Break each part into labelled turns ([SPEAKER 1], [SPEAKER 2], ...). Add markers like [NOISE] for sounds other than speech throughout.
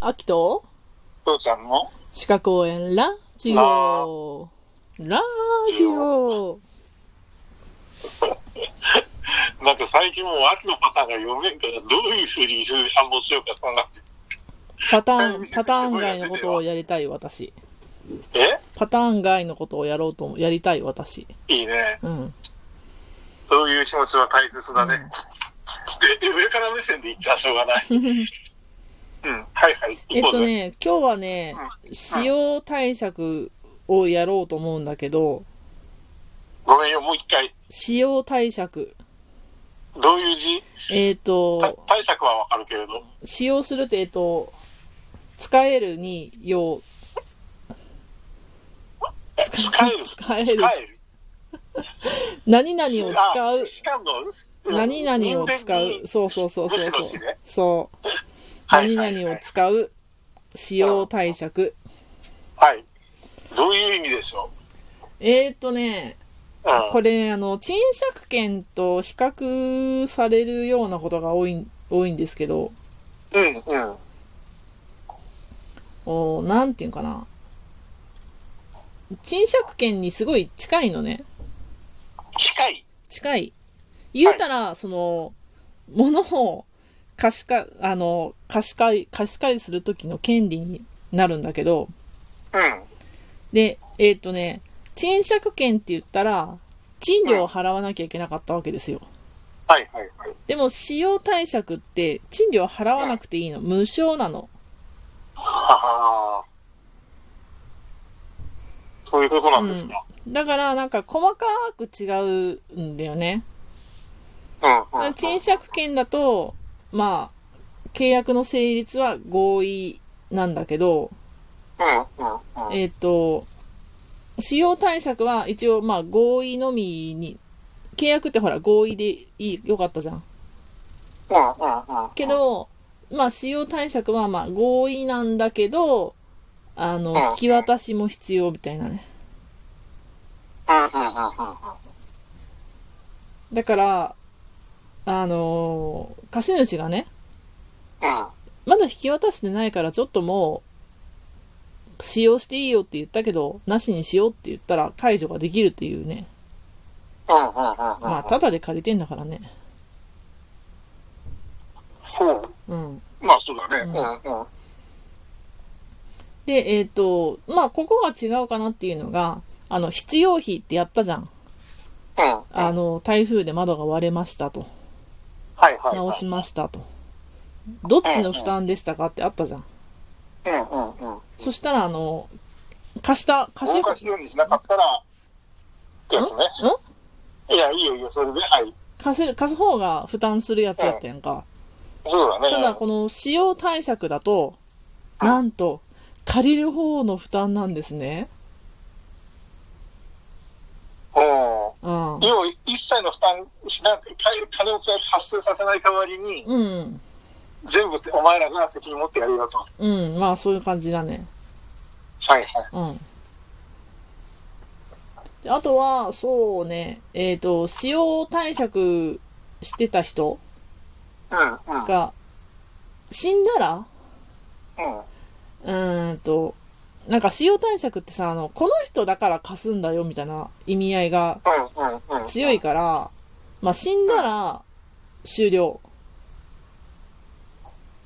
[SPEAKER 1] 秋と
[SPEAKER 2] 父ちゃんの
[SPEAKER 1] 歯科公園ラジオ。ラジオ。
[SPEAKER 2] なんか最近もう秋のパターンが読めんから、どういうふうに反応しようか考
[SPEAKER 1] パターン、パターン外のことをやりたい私。
[SPEAKER 2] えて。
[SPEAKER 1] パターン外のことをやろうとも、やりたい私。
[SPEAKER 2] えいいね。
[SPEAKER 1] うん。
[SPEAKER 2] そういう気持ちは大切だね。で、上から目線で言っちゃしょう
[SPEAKER 1] [LAUGHS]
[SPEAKER 2] がない。うん、はいはい。
[SPEAKER 1] えっ
[SPEAKER 2] 行こう
[SPEAKER 1] と
[SPEAKER 2] ぜ。
[SPEAKER 1] ね、今日はね、使用対策をやろうと思うんだけど、
[SPEAKER 2] ごめんよ、もう一回。
[SPEAKER 1] 使用対策。
[SPEAKER 2] どういう字
[SPEAKER 1] えっ、
[SPEAKER 2] た
[SPEAKER 1] と、
[SPEAKER 2] 対策はわかるけれど。
[SPEAKER 1] 使用するって、えっと、使えるに、よう、
[SPEAKER 2] 使える。
[SPEAKER 1] 使える
[SPEAKER 2] 使える。
[SPEAKER 1] 何々を使う
[SPEAKER 2] あ。使うの
[SPEAKER 1] 何々を使う。そうそうそうそう
[SPEAKER 2] むしろ
[SPEAKER 1] そ
[SPEAKER 2] し
[SPEAKER 1] う
[SPEAKER 2] ね。
[SPEAKER 1] そう。
[SPEAKER 2] はいはいはい
[SPEAKER 1] 何々を使う。使用対策。
[SPEAKER 2] はい。どういう意味でしょ
[SPEAKER 1] えーっとね、
[SPEAKER 2] ううん。
[SPEAKER 1] これ、あの、賃借権と比較されるようなことが多い、多いんですけど、
[SPEAKER 2] うんうん。
[SPEAKER 1] おーなんていうかな。賃借権にすごい近いのね。
[SPEAKER 2] 近い。
[SPEAKER 1] 近い。言うたら、その、物を貸しか、あの、貸し借り、貸し借りするときの権利になるんだけど、
[SPEAKER 2] うん。
[SPEAKER 1] で、えっ、とね、賃借権って言ったら、賃料を払わなきゃいけなかったわけですよ。
[SPEAKER 2] はいはいはい。
[SPEAKER 1] でも、使用貸借って、賃料を払わなくていいの。無償なの。
[SPEAKER 2] ははそういうことなんですか。
[SPEAKER 1] だから、なんか、細かく違うんだよね。
[SPEAKER 2] うんうん。うん
[SPEAKER 1] 賃借権だと、まあ、契約の成立は合意なんだけど、
[SPEAKER 2] うんうん。
[SPEAKER 1] えっ、と、使用貸借は一応、まあ、合意のみに、契約ってほら、合意でいい、よかったじゃん。
[SPEAKER 2] うんうんうん。
[SPEAKER 1] けど、まあ、使用貸借は、まあ、合意なんだけど、あの、
[SPEAKER 2] ん
[SPEAKER 1] 引き渡しも必要みたいなね。
[SPEAKER 2] うんうんうんうんうん。
[SPEAKER 1] だから、あのー貸主がね、
[SPEAKER 2] うん。
[SPEAKER 1] まだ引き渡してないから、ちょっともう、使用していいよって言ったけど、なしにしようって言ったら解除ができるっていうね。
[SPEAKER 2] うんうんうんうん。
[SPEAKER 1] まあ、ただで借りてんだからね。
[SPEAKER 2] そ
[SPEAKER 1] う
[SPEAKER 2] う。
[SPEAKER 1] ん。
[SPEAKER 2] まあそうだね。うんうん。
[SPEAKER 1] で、えっ、と、まあ、ここが違うかなっていうのが、あの、必要費ってやったじゃん。
[SPEAKER 2] うん。
[SPEAKER 1] あの、台風で窓が割れましたと。
[SPEAKER 2] はいはい。
[SPEAKER 1] 直しましたと。どっちの負担でしたかってあったじゃん。
[SPEAKER 2] うんうんうん。
[SPEAKER 1] そしたら、あの、貸した、貸し
[SPEAKER 2] 動、かすようにしなかったら、ってやつね。
[SPEAKER 1] ん
[SPEAKER 2] いや、いいよいいよ、それで。はい。
[SPEAKER 1] 貸せ、貸す方が負担するやつやったやんか。
[SPEAKER 2] そうだね。
[SPEAKER 1] ただ、この使用貸借だと、なんと、借りる方の負担なんですね。
[SPEAKER 2] うん。
[SPEAKER 1] うん。
[SPEAKER 2] 要は一切の負担しなく、か金を発生させない代わりに、
[SPEAKER 1] うん。
[SPEAKER 2] 全部お前らが責任持ってやるよと。
[SPEAKER 1] うん。まあ、そういう感じだね。
[SPEAKER 2] はいはい。
[SPEAKER 1] うん。であとは、そうね、えっ、と、使用対策してた人
[SPEAKER 2] うんうん。
[SPEAKER 1] が、死んだら、
[SPEAKER 2] うん。
[SPEAKER 1] うーんと、なんか使用対策ってさ、あの、この人だから貸すんだよみたいな意味合いが
[SPEAKER 2] うんうんうん。
[SPEAKER 1] 強いから、まあ、死んだら終了。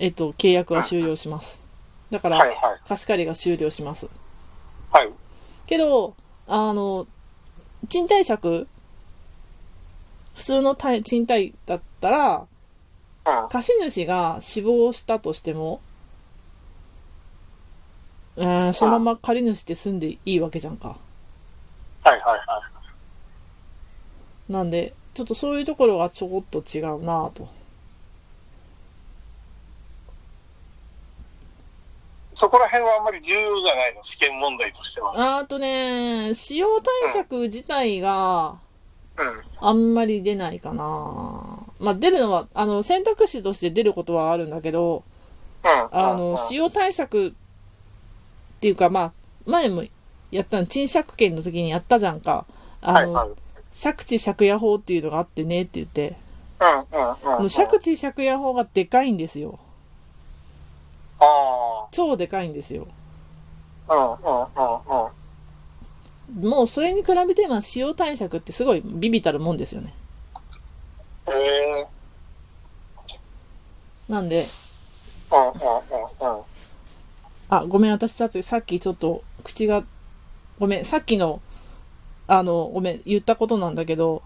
[SPEAKER 1] えっと、契約は終了します。だか
[SPEAKER 2] はい
[SPEAKER 1] ら、
[SPEAKER 2] はい。
[SPEAKER 1] 貸し借りが終了します。
[SPEAKER 2] はい。
[SPEAKER 1] けど、あの、賃貸借普通の貸賃貸だったら、
[SPEAKER 2] うん。
[SPEAKER 1] 貸主が死亡したとしても、うーん、そのまま借り主って住んでいいわけじゃんか。
[SPEAKER 2] はいはいは
[SPEAKER 1] なんで、ちょっとそういうところがちょこっと違うなぁと。
[SPEAKER 2] い。そこら辺はあんまり重要じゃないの、試験問題としては。
[SPEAKER 1] あとね、使用対策自体が
[SPEAKER 2] うん。
[SPEAKER 1] あんまり出ないかなぁまあ出るのは、あの、選択肢として出ることはあるんだけど、あ
[SPEAKER 2] うん。うん
[SPEAKER 1] の、使用対策っていうか、まあ、前もやったの、賃借権の時にやったじゃんか。
[SPEAKER 2] は
[SPEAKER 1] あ
[SPEAKER 2] い
[SPEAKER 1] の、
[SPEAKER 2] はい。
[SPEAKER 1] 借地借家法っていうのがあってねって言って、
[SPEAKER 2] うんうんうん。
[SPEAKER 1] もう借地借家法がでかいんですよ。
[SPEAKER 2] あ
[SPEAKER 1] 超でかいんですよ。
[SPEAKER 2] あ、うん、うん、うん、うん。
[SPEAKER 1] もうそれに比べて、まあ、使用貸借ってすごいビビたるもんですよね。
[SPEAKER 2] ええ
[SPEAKER 1] なんで、
[SPEAKER 2] うん、うん、うん、うん。
[SPEAKER 1] あ、ごめん、私だってさっきちょっと口が、ごめん、さっきの、あの、ごめん、言ったことなんだけど、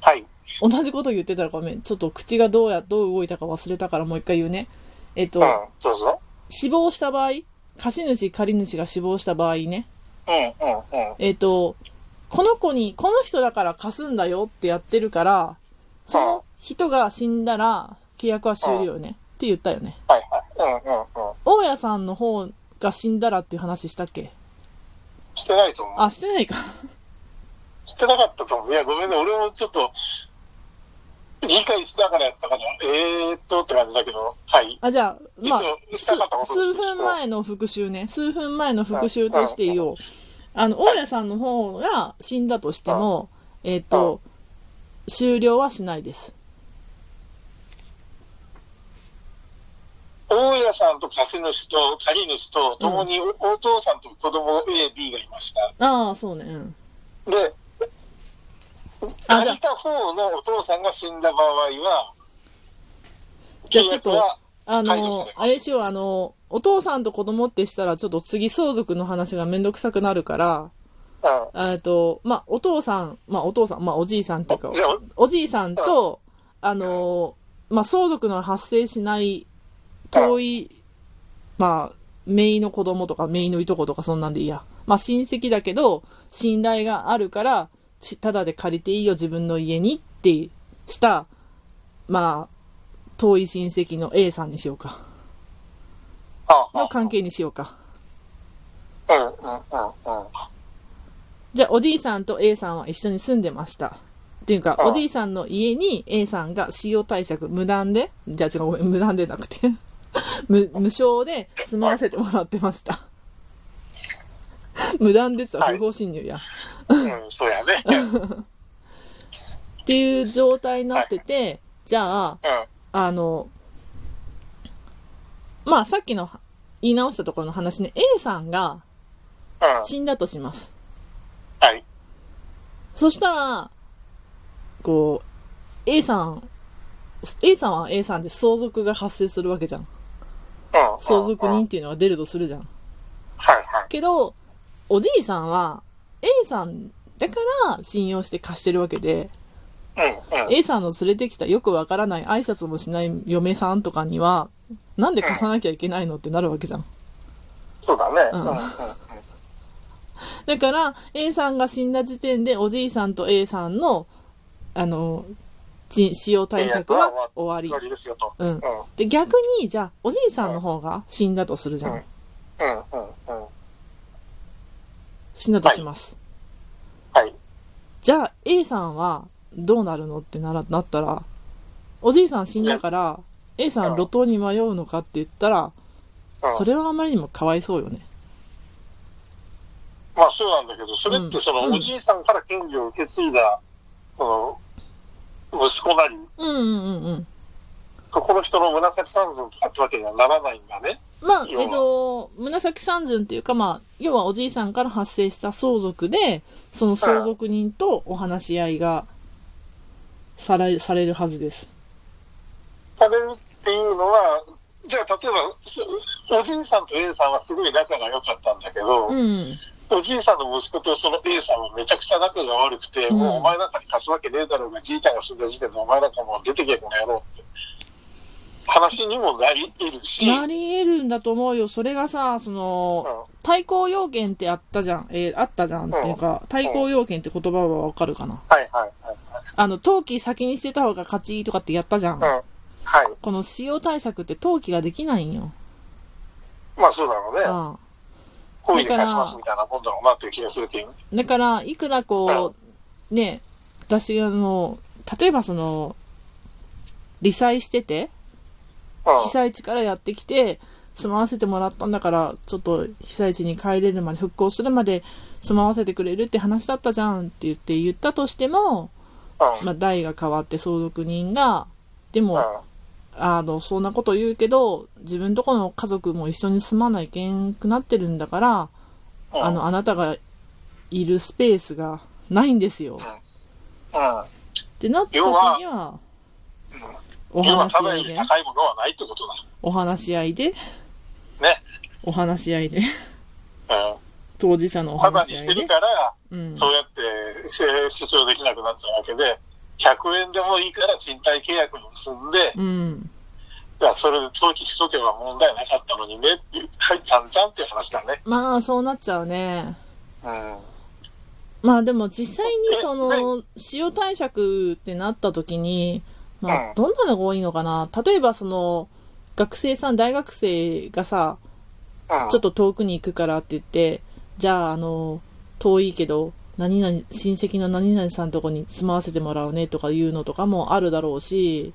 [SPEAKER 2] はい。
[SPEAKER 1] 同じこと言ってたらごめん、ちょっと口がどうや、どう動いたか忘れたからもう一回言うね。えっと
[SPEAKER 2] うん、、どうぞ。
[SPEAKER 1] 死亡した場合、貸主、借主が死亡した場合ね、
[SPEAKER 2] うん、うん、うん。
[SPEAKER 1] えっと、この子に、この人だから貸すんだよってやってるから、その人が死んだら契約は終了ね。って言ったよね。
[SPEAKER 2] はい、はい。うん、うん、うん。
[SPEAKER 1] 大家さんの方が死んだらっていう話したっけ
[SPEAKER 2] してないと思う。
[SPEAKER 1] あ、してないか。
[SPEAKER 2] してなかったと思う。いや、ごめんね、俺もちょっと、理解しながらやってたから、えーっとって感じだけど、はい。
[SPEAKER 1] あ、じゃあ、まあ
[SPEAKER 2] 一、応
[SPEAKER 1] す
[SPEAKER 2] したかったことです
[SPEAKER 1] 数分前の復習ね。数分前の復習として言おう。あの、大家さんの方が死んだとしても、えっ、と、終了はしないです。
[SPEAKER 2] 大家さんと貸主と借主と、共にお,、父さんと子供 A、B がいました。
[SPEAKER 1] ああ、そうね。うん。
[SPEAKER 2] で、
[SPEAKER 1] あじゃ
[SPEAKER 2] 借
[SPEAKER 1] あ
[SPEAKER 2] りた方のお父さんが死んだ場合は、
[SPEAKER 1] じゃあちょっ
[SPEAKER 2] 契約
[SPEAKER 1] と
[SPEAKER 2] は、
[SPEAKER 1] あ
[SPEAKER 2] 解除さ
[SPEAKER 1] の
[SPEAKER 2] れ、ます
[SPEAKER 1] あれしよう、あの、お父さんと子供ってしたら、ちょっと次相続の話がめんどくさくなるから、
[SPEAKER 2] うん、
[SPEAKER 1] えっと、まあ、お父さん、まあ、お父さん、まあ、おじいさんっていうか
[SPEAKER 2] おじゃあ、
[SPEAKER 1] おじいさんと、あのー、まあ、相続の発生しない遠い、まあ、姪の子供とか姪のいとことかそんなんでいいや。まあ、親戚だけど、信頼があるから、ちただで借りていいよ、自分の家にってした、まあ、遠い親戚の A さんにしようか。
[SPEAKER 2] ああ
[SPEAKER 1] の関係にしようか。
[SPEAKER 2] うん、うん、うん、うん。
[SPEAKER 1] じゃあ、おじいさんと A さんは一緒に住んでました。っていうか、
[SPEAKER 2] ああ
[SPEAKER 1] おじいさんの家に A さんが使用対策、無断で、じゃあ違う、ごめん無断でなくて、 [LAUGHS] 無、無償で住まわせてもらってました。 [LAUGHS] 無断でさ、
[SPEAKER 2] はい
[SPEAKER 1] 不法侵入や。
[SPEAKER 2] うん、そう
[SPEAKER 1] [LAUGHS]
[SPEAKER 2] やね。うん、うん、
[SPEAKER 1] っていう状態になってて、じゃあ、あの、まあ、さっきの言い直したところの話ね、A さんが
[SPEAKER 2] は
[SPEAKER 1] 死んだとします。
[SPEAKER 2] い。
[SPEAKER 1] そしたら、こう、A さん、A さんは A さんで相続が発生するわけじゃん。
[SPEAKER 2] うん、
[SPEAKER 1] 相続
[SPEAKER 2] うん
[SPEAKER 1] 人っていうのが出るとするじゃん。
[SPEAKER 2] はい、はい。
[SPEAKER 1] けど、おじいさんは A さんだから信用して貸してるわけで、
[SPEAKER 2] うん、うん。
[SPEAKER 1] A さんの連れてきたよくわからない挨拶もしない嫁さんとかには、なんで貸さなきゃいけないのってなるわけじゃん。
[SPEAKER 2] そうだね。
[SPEAKER 1] う
[SPEAKER 2] うんん、うん、うん。
[SPEAKER 1] だから、A さんが死んだ時点でおじいさんと A さんの、あの、ち使用対策は終わり
[SPEAKER 2] 終わ。りですよと。
[SPEAKER 1] うん
[SPEAKER 2] うん、
[SPEAKER 1] で、逆に、じゃあ、おじいさんの方が死んだとするじゃん。
[SPEAKER 2] うんうん、うん、うん。
[SPEAKER 1] 死んだとします。
[SPEAKER 2] はい。
[SPEAKER 1] じゃあ、A さんはどうなるのってならなったら、おじいさん死んだから、A さん
[SPEAKER 2] うん
[SPEAKER 1] 路頭に迷うのかって言ったら、
[SPEAKER 2] うん
[SPEAKER 1] それはあまりにもかわいそうよね。
[SPEAKER 2] まあそうなんだけど、それっ
[SPEAKER 1] うん
[SPEAKER 2] てそのおじいさんから権利を受け継いだ、その、息子なり、
[SPEAKER 1] うんうんうんうん。
[SPEAKER 2] ここの人の紫三寸とかってわけにはならないんだね。
[SPEAKER 1] まあ、
[SPEAKER 2] 要は
[SPEAKER 1] えっと、紫三寸っていうか、まあ、要はおじいさんから発生した相続で、その相続人とお話し合いがされされるはずです。
[SPEAKER 2] 食べるっていうのは、じゃあ例えば、そおじいさんと A さんはすごい仲が良かったんだけど、
[SPEAKER 1] うん。
[SPEAKER 2] おじいさんの息子とその A さんはめちゃくちゃ仲が悪くて、
[SPEAKER 1] うん
[SPEAKER 2] もうお前なんかに貸すわけねえだろうが、じいちゃんが死んだ時点でお前なんかもう出てけこの野郎って。話にもなり得るし、
[SPEAKER 1] なり得るんだと思うよ。それがさ、その、対抗要件ってあったじゃん。えーあったじゃんっていうか、対抗要件って言葉はわかるかな。
[SPEAKER 2] はいはいはいはい。
[SPEAKER 1] あの、登記先にしてた方が勝ちとかってやったじゃん
[SPEAKER 2] う。ん。はい。
[SPEAKER 1] この使用貸借って登記ができないんよ。
[SPEAKER 2] まあそうだろうね。
[SPEAKER 1] あ
[SPEAKER 2] 行為で貸しますみたいなもんだろうなっていう気がするけど。
[SPEAKER 1] あだから、いくらこう、ね、私、あの、例えばその、理災してて、
[SPEAKER 2] うん
[SPEAKER 1] 被災地からやってきて、住まわせてもらったんだから、ちょっと被災地に帰れるまで、復興するまで住まわせてくれるって話だったじゃんって言って言ったとしても、
[SPEAKER 2] うん。
[SPEAKER 1] まあ、代が変わって相続人が、でも、あの、そんなこと言うけど、自分とこの家族も一緒に住まないけんくなってるんだから、
[SPEAKER 2] うん
[SPEAKER 1] あの、あなたがいるスペースがないんですよ。
[SPEAKER 2] うん。
[SPEAKER 1] ってなった時には、お
[SPEAKER 2] 要は
[SPEAKER 1] 話
[SPEAKER 2] た
[SPEAKER 1] し
[SPEAKER 2] だ
[SPEAKER 1] 合
[SPEAKER 2] よ
[SPEAKER 1] い
[SPEAKER 2] り
[SPEAKER 1] で、
[SPEAKER 2] 高いものはないってことだ。
[SPEAKER 1] お話し合いで、
[SPEAKER 2] ね。
[SPEAKER 1] お話し合いで、
[SPEAKER 2] うん。
[SPEAKER 1] 当事者のお
[SPEAKER 2] ただ
[SPEAKER 1] 話
[SPEAKER 2] に
[SPEAKER 1] し
[SPEAKER 2] し
[SPEAKER 1] 合
[SPEAKER 2] て
[SPEAKER 1] いで
[SPEAKER 2] る。から、
[SPEAKER 1] うん。
[SPEAKER 2] そうやってえー主張できなくなっちゃうわけで、100円でもいいから賃貸契約を結んで、
[SPEAKER 1] うん。
[SPEAKER 2] じゃあそれで登記しとけば問題なかったのにねっていう、はい、ちゃんちゃんっていう話だね。
[SPEAKER 1] まあ、そうなっちゃうね。
[SPEAKER 2] うん。
[SPEAKER 1] まあでも実際にその、使用貸借ってなった時に、ま
[SPEAKER 2] う
[SPEAKER 1] あ、
[SPEAKER 2] ん
[SPEAKER 1] どんなのが多いのかな例えばその、学生さん、大学生がさ、
[SPEAKER 2] うん
[SPEAKER 1] ちょっと遠くに行くからって言って、じゃあ、あの、遠いけど、何々、親戚の何々さんとこに住まわせてもらうねとかいうのとかもあるだろうし、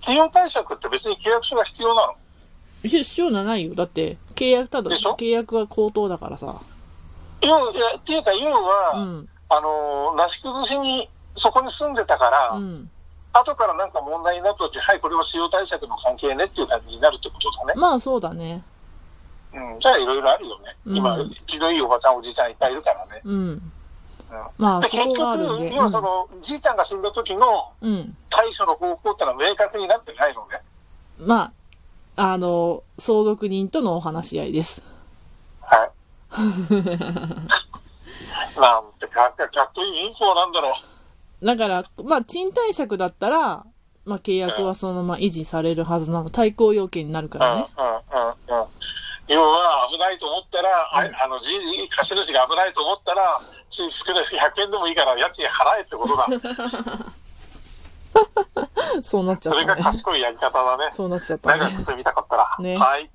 [SPEAKER 2] 信用貸借って別に契約書が必要なの
[SPEAKER 1] いや必要なないよ。だって、契約ただ、
[SPEAKER 2] でしょ
[SPEAKER 1] 契約は口頭だからさ。
[SPEAKER 2] 要いやっていうか、要は、
[SPEAKER 1] うん、
[SPEAKER 2] あのー、なし崩しにそこに住んでたから、
[SPEAKER 1] うん。
[SPEAKER 2] 後からなんか問題になった時、はい、これは使用貸借の関係ねっていう感じになるってことだね。
[SPEAKER 1] まあそうだね。
[SPEAKER 2] うん、じゃあいろいろあるよね。
[SPEAKER 1] うん
[SPEAKER 2] 今、うちのいいおばちゃん、おじいちゃんいっぱいいるからね。
[SPEAKER 1] うん。
[SPEAKER 2] うん
[SPEAKER 1] まあ
[SPEAKER 2] で
[SPEAKER 1] そこ
[SPEAKER 2] 結局、
[SPEAKER 1] があるんで。
[SPEAKER 2] 要はその、じいちゃんが死んだ時の
[SPEAKER 1] うん。うん
[SPEAKER 2] 対処の方法ってのは明確になってないのね。
[SPEAKER 1] まあ、あの、相続人とのお話し合いです。 [LAUGHS]
[SPEAKER 2] はい。なんてかっかかっこいいインフォなんだろう。
[SPEAKER 1] だから、まあ、賃貸借だったら、まあ、契約はそのまま維持されるはずなの。対抗要件になるか
[SPEAKER 2] うんうん
[SPEAKER 1] らね。
[SPEAKER 2] うんうん。要は危ないと思ったら、ああの、じ貸主が危ないと思ったら、つい少なく100円でもいいから家賃払えってこと
[SPEAKER 1] [LAUGHS]
[SPEAKER 2] だ。
[SPEAKER 1] そうなっちゃっ
[SPEAKER 2] それ
[SPEAKER 1] た
[SPEAKER 2] が
[SPEAKER 1] ね。
[SPEAKER 2] 賢いやり方だね。
[SPEAKER 1] そうなっちゃったね
[SPEAKER 2] 長。く住みたかったら。
[SPEAKER 1] ね
[SPEAKER 2] はい。